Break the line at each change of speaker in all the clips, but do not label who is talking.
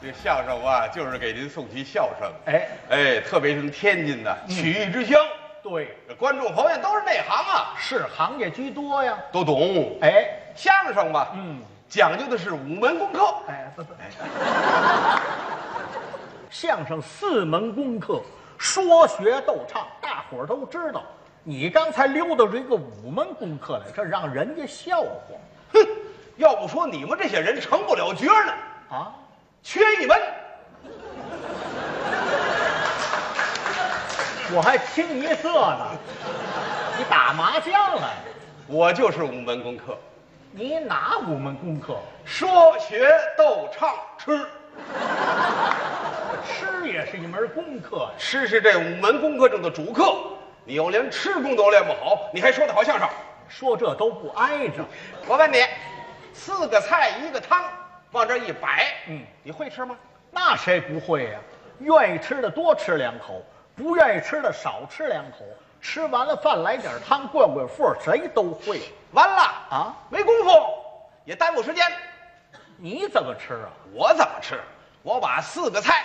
这相声啊，就是给您送去笑声。
哎嗯
哎，特别是天津的曲艺之乡，
对，
这观众朋友都是内行啊，
是行业居多呀。
都懂。
哎，
相声吧，
嗯，
讲究的是五门功课。
哎，不不，相声四门功课，说学逗唱，大伙儿都知道。你刚才溜达出一个五门功课来，这让人家笑话
哼，要不说你们这些人成不了角呢，
啊！
缺一门。
我还清一色呢，你打麻将来，
我就是五门功课，
你哪五门功课？
说学逗唱吃，
吃也是一门功课呀。
吃是这五门功课中的主课。你要连吃功都练不好，你还说得好相声？
说这都不挨着，
我问你，四个菜一个汤，往这一摆，
嗯，
你会吃吗？
那谁不会呀、愿意吃的多吃两口，不愿意吃的少吃两口。吃完了饭来点汤灌灌腹，谁都会。
完了
啊
没功夫，也耽误时间。
你怎么吃啊？
我怎么吃？我把四个菜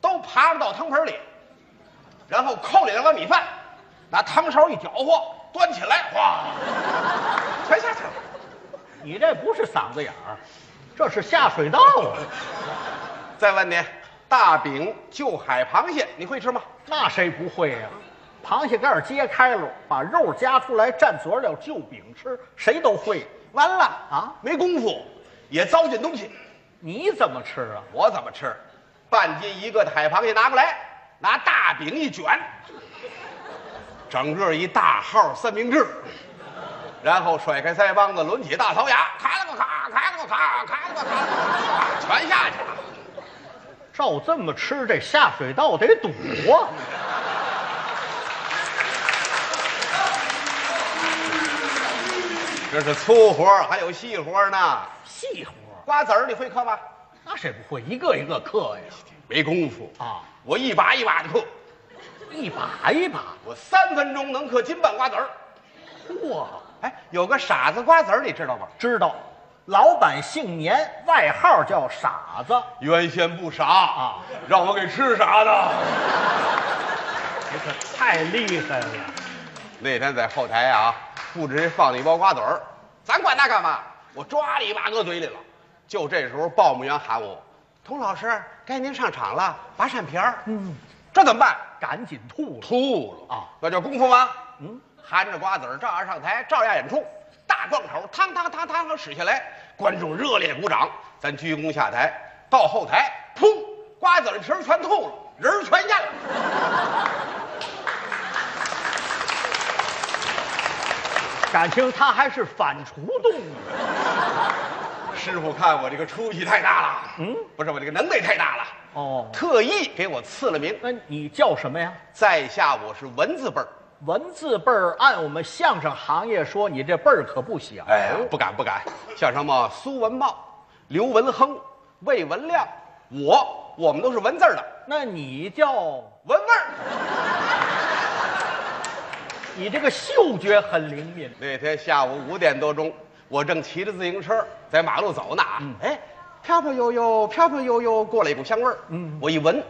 都扒拉到汤盆里，然后扣里两碗米饭，拿汤勺一搅和，端起来，哗，全下去了。
你这不是嗓子眼儿，这是下水道啊！
再问你，大饼就海螃蟹，你会吃吗？
那谁不会呀、螃蟹盖儿揭开了，把肉夹出来蘸佐料就饼吃，谁都会。
完了
啊
没功夫，也糟践东西。
你怎么吃啊？
我怎么吃？半斤一个的海螃蟹拿过来，拿大饼一卷，整个一大号三明治，然后甩开腮帮子，抡起大槽牙，咔了个咔，咔了个咔，咔了个咔，全下去了。
照这么吃，这下水道得堵啊！
这是粗活儿，还有细活儿呢。
细活儿，
瓜子儿你会嗑吗？
那谁不会？一个一个嗑呀！
没功夫
啊，
我一把一把的嗑，
一把一把，
我三分钟能嗑斤半瓜子儿。
嚯！
哎，有个傻子瓜子儿，你知道吗？
知道，老板姓年，外号叫傻子。
原先不傻
啊，
让我给吃傻的。
你可太厉害了！
那天在后台啊，不知谁放了一包瓜子儿，咱管那干嘛？我抓了一把搁嘴里了。就这时候，报幕员喊我：“童老师，该您上场了，拔扇皮儿。”
嗯，
这怎么办？
赶紧吐了。
吐了
啊！
那叫功夫吗？
嗯，
含着瓜子儿照样上台，照样演出。大贯口，汤汤汤汤汤使下来，观众热烈鼓掌。咱鞠躬下台，到后台，噗，瓜子儿皮儿全吐了，人儿全咽了。
感情他还是反刍动物。
师傅看我这个出息太大了，
嗯，
不是我这个能耐太大了，
哦，
特意给我赐了名。
那你叫什么呀？
在下我是文字辈儿，
文字辈儿，按我们相声行业说，你这辈儿可不小。
哎呀，不敢不敢。像什么苏文茂、刘文亨、魏文亮，我我们都是文字儿的
那你叫
文味儿。
你这个嗅觉很灵敏。
那天下午五点多钟，我正骑着自行车在马路走呢啊，
嗯
哎，飘飘悠悠，飘飘悠悠，过来一股香味儿。
嗯
我一闻，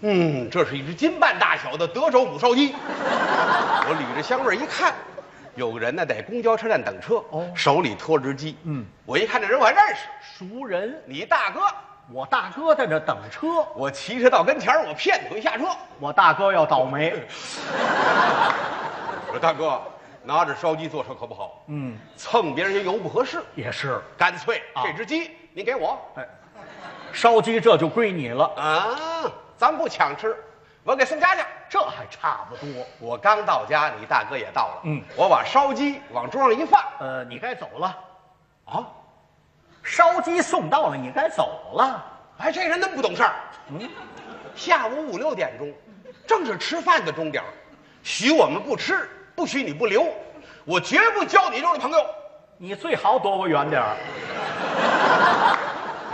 嗯，这是一只金半大小的德州五烧鸡。我捋着香味儿一看，有个人呢在公交车站等车，
哦
手里托着只鸡。
嗯
我一看这人我还认识，
熟人，
你大哥。
我大哥在那等车，
我骑车到跟前儿我骗腿下车。
我大哥要倒霉。
我说大哥，拿着烧鸡坐车可不好，
嗯，
蹭别人家油不合适，
也是。
干脆
啊
这只鸡您给我
哎，烧鸡这就归你了，
啊，咱不抢吃，我给送家去。
这还差不多。
我刚到家，你大哥也到了。
嗯
我把烧鸡往桌上一放，
呃，你该走了，
啊，
烧鸡送到了，你该走了。
哎，这人那么不懂事儿。
嗯，
下午五六点钟，正是吃饭的钟点儿，许我们不吃，不许你不留，我绝不交你这样的朋友。
你最好躲我远点儿。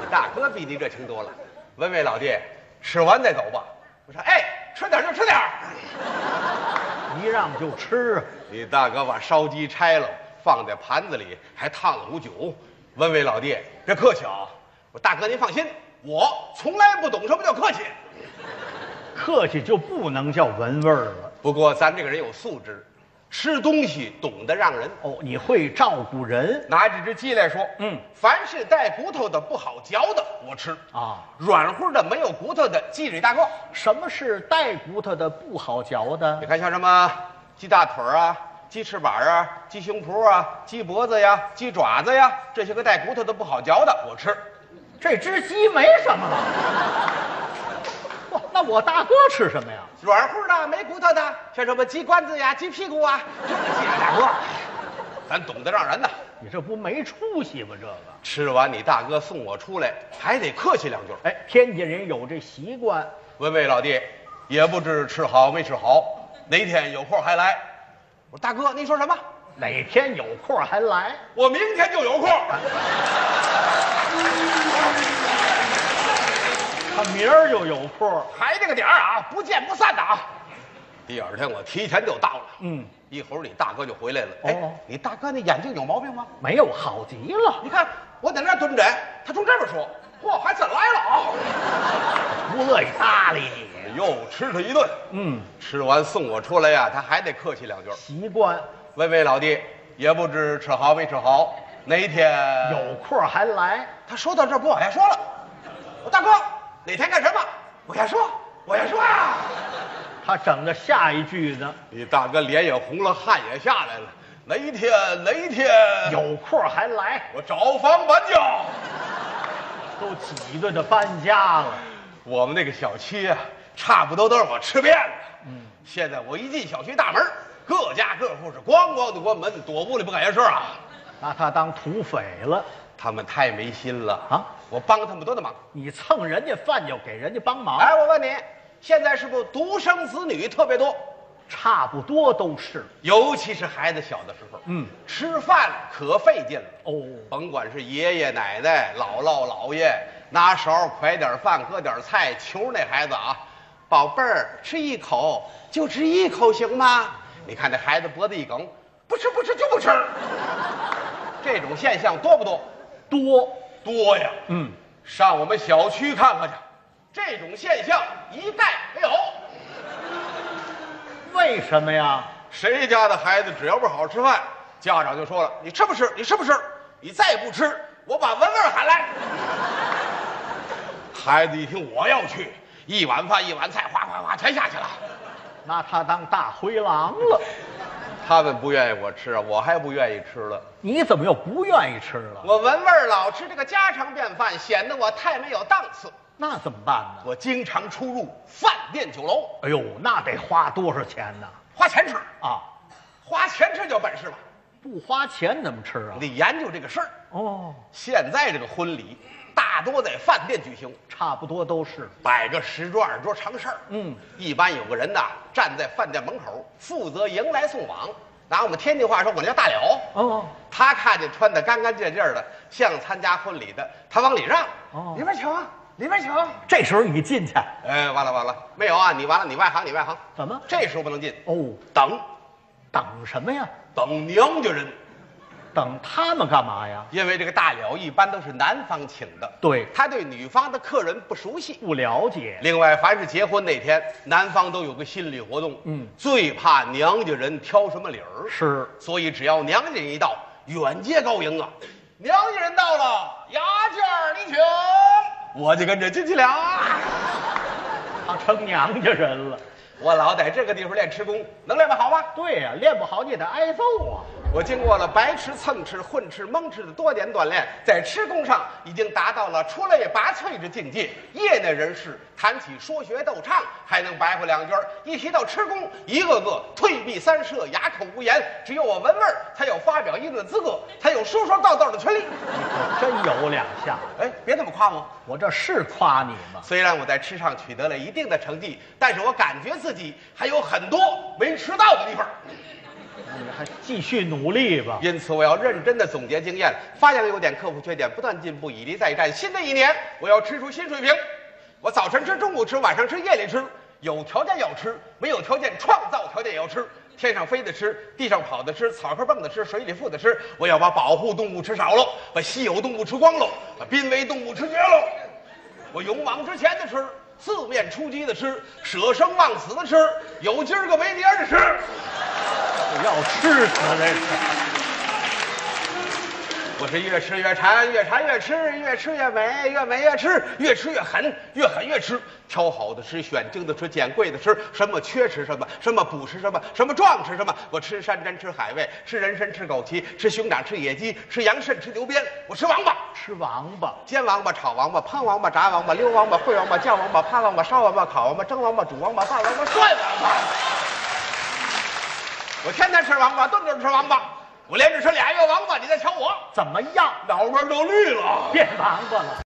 你大哥比你热情多了。文伟老弟，吃完再走吧。我说，哎，吃点儿就吃点儿。
一让就吃啊。
你大哥把烧鸡拆了，放在盘子里，还烫了壶酒。文伟老弟，别客气啊！我大哥您放心，我从来不懂什么叫客气。
客气就不能叫闻味儿了。
不过咱这个人有素质，吃东西懂得让人。
哦，你会照顾人
拿这只鸡来说，
嗯
凡是带骨头的、不好嚼的，我吃；
啊？
软乎的、没有骨头的，鸡腿大个。
什么是带骨头的不好嚼
你
的？
看像什么鸡大腿儿啊、鸡翅膀啊、鸡胸脯啊、鸡脖子呀、鸡爪子呀，这些个带骨头的不好嚼的，我吃。
这只鸡没什么了。 哇那我大哥吃什么呀？
软乎的、没骨头的，像什么鸡冠子呀、鸡屁股啊，这个鸡腿大个，咱懂得让人呐。
你这不没出息吗？这个，
吃完你大哥送我出来，还得客气两句。
哎，天津人有这习惯，
文卫老弟，也不知吃好没吃好，哪天有空还来。我说大哥，您说什么？
哪天有空还来。
我明天就有空。
他明儿就有空。
还这个点儿啊，不见不散的啊。第二天我提前就到了，
嗯，
一会儿你大哥就回来了。
哦
哎，你大哥那眼睛有毛病吗？
没有好极了，
你看我在那儿蹲着，他从这边说，嚯，还真来了啊！
不乐意搭理你。
又吃他一顿，
嗯，
吃完送我出来呀、他还得客气两句。
习惯，
喂喂，老弟，也不知吃好没吃好，哪天
有空还来。
他说到这儿不往下说了。我大哥，哪天干什么？我先说，我先说啊！
他整的下一句呢，
你大哥脸也红了，汗也下来了。哪一天？哪一天？
有空还来，
我找房搬家。
都挤兑着搬家了。
我们那个小区啊，差不多都让我吃遍了。嗯，现在我一进小区大门，各家各户是咣咣的关门，躲屋里不敢言事啊。
拿他当土匪了。
他们太没心了
啊！
我帮他们多大忙。
你蹭人家饭就给人家帮忙，
哎，我问你，现在是不是独生子女特别多？
差不多都是。
尤其是孩子小的时候，
嗯，
吃饭可费劲了。
哦，
甭管是爷爷奶奶、姥姥姥爷，拿勺㧟点饭，搁点菜，求那孩子啊，宝贝儿，吃一口，就吃一口行吗？你看那孩子脖子一梗，不吃不吃就不吃。这种现象多不多？
多，
多呀。
嗯，
上我们小区看看去，这种现象一概没有。
为什么呀？
谁家的孩子只要不好好吃饭，家长就说了：“你吃不吃？你吃不吃？你再不吃，我把文文喊来。” 孩子一听我要去，一碗饭一碗菜，哗哗哗全下去了。
拿他当大灰狼了。
他们不愿意我吃啊，我还不愿意吃了。
你怎么又不愿意吃了？
我文文老吃这个家常便饭，显得我太没有档次。
那怎么办呢？
我经常出入饭店酒楼，
哎呦，那得花多少钱呢？
花钱吃，
啊，
花钱吃就本事了。
不花钱怎么吃啊
你？得研究这个事儿。
哦，
现在这个婚礼大多在饭店举行，
差不多都是。
摆个十桌二十桌常事儿。
嗯，
一般有个人呐站在饭店门口，负责迎来送往。拿我们天津话说，管叫大了。
哦，
他看见穿的干干净净的，像参加婚礼的，他往里让。
哦
里边请啊，里边请啊。
这时候你进去
哎，完了完了，没有啊，你完了，你外行，你外行。
怎么？
这时候不能进，
哦，
等
等什么呀？
等娘家人，
等他们干嘛呀？
因为这个大了一般都是男方请的，
对
他对女方的客人不熟悉。
不了解，
另外，凡是结婚那天，男方都有个心理活动，
嗯
最怕娘家人挑什么理儿，
是
所以只要娘家人一到，远接高迎啊，娘家人到了，牙尖儿你请，我就跟着进去了啊。
他成娘家人了。
我老在这个地方练吃功，能练得好吗？
对呀、练不好你得挨揍啊！
我经过了白吃、蹭吃、混吃、蒙吃的多年锻炼，在吃功上已经达到了出类拔萃之境界。业内人士谈起说学逗唱，还能白话两句儿；一提到吃功，一个个退避三舍，哑口无言。只有我闻味儿，才有发表意见的资格，才有说说道道的权利。
你可真有两下，
哎，别这么夸我。
我这是夸你吗？
虽然我在吃上取得了一定的成绩，但是我感觉自己还有很多没吃到的地方。
你还继续努力吧。
因此，我要认真的总结经验，发扬优点，克服缺点，不断进步，以力再战。新的一年，我要吃出新水平。我早晨吃，中午吃，晚上吃，夜里吃。有条件要吃，没有条件创造条件也要吃。天上飞的吃，地上跑的吃，草根蹦的吃，水里浮的吃。我要把保护动物吃少喽，把稀有动物吃光喽，把濒危动物吃绝喽。我勇往直前的吃，四面出击的吃，舍生忘死的吃，有今儿个没明儿的吃。
要吃死这是。
我是越吃越馋，越馋越吃，越吃越美，越美越吃，越吃越狠，越狠越吃。挑好的吃，选精的吃，捡贵的吃，什么缺吃什么，什么补吃什么，什么壮吃什么。我吃山珍，吃海味，吃人参，吃枸杞，吃熊掌，吃野鸡，吃羊肾，吃牛鞭，我吃王八。
吃王八，
煎王八、炒王八、胖王八、炸王八、溜王八、烩王八、酱王八、趴王八、烧王八、烤王八、蒸王八、煮王八、拌王八、涮王八。我天天吃王八，顿顿吃王八，我连着吃俩月王八，你再瞧我
怎么样？
脑门都绿了。
变王八了。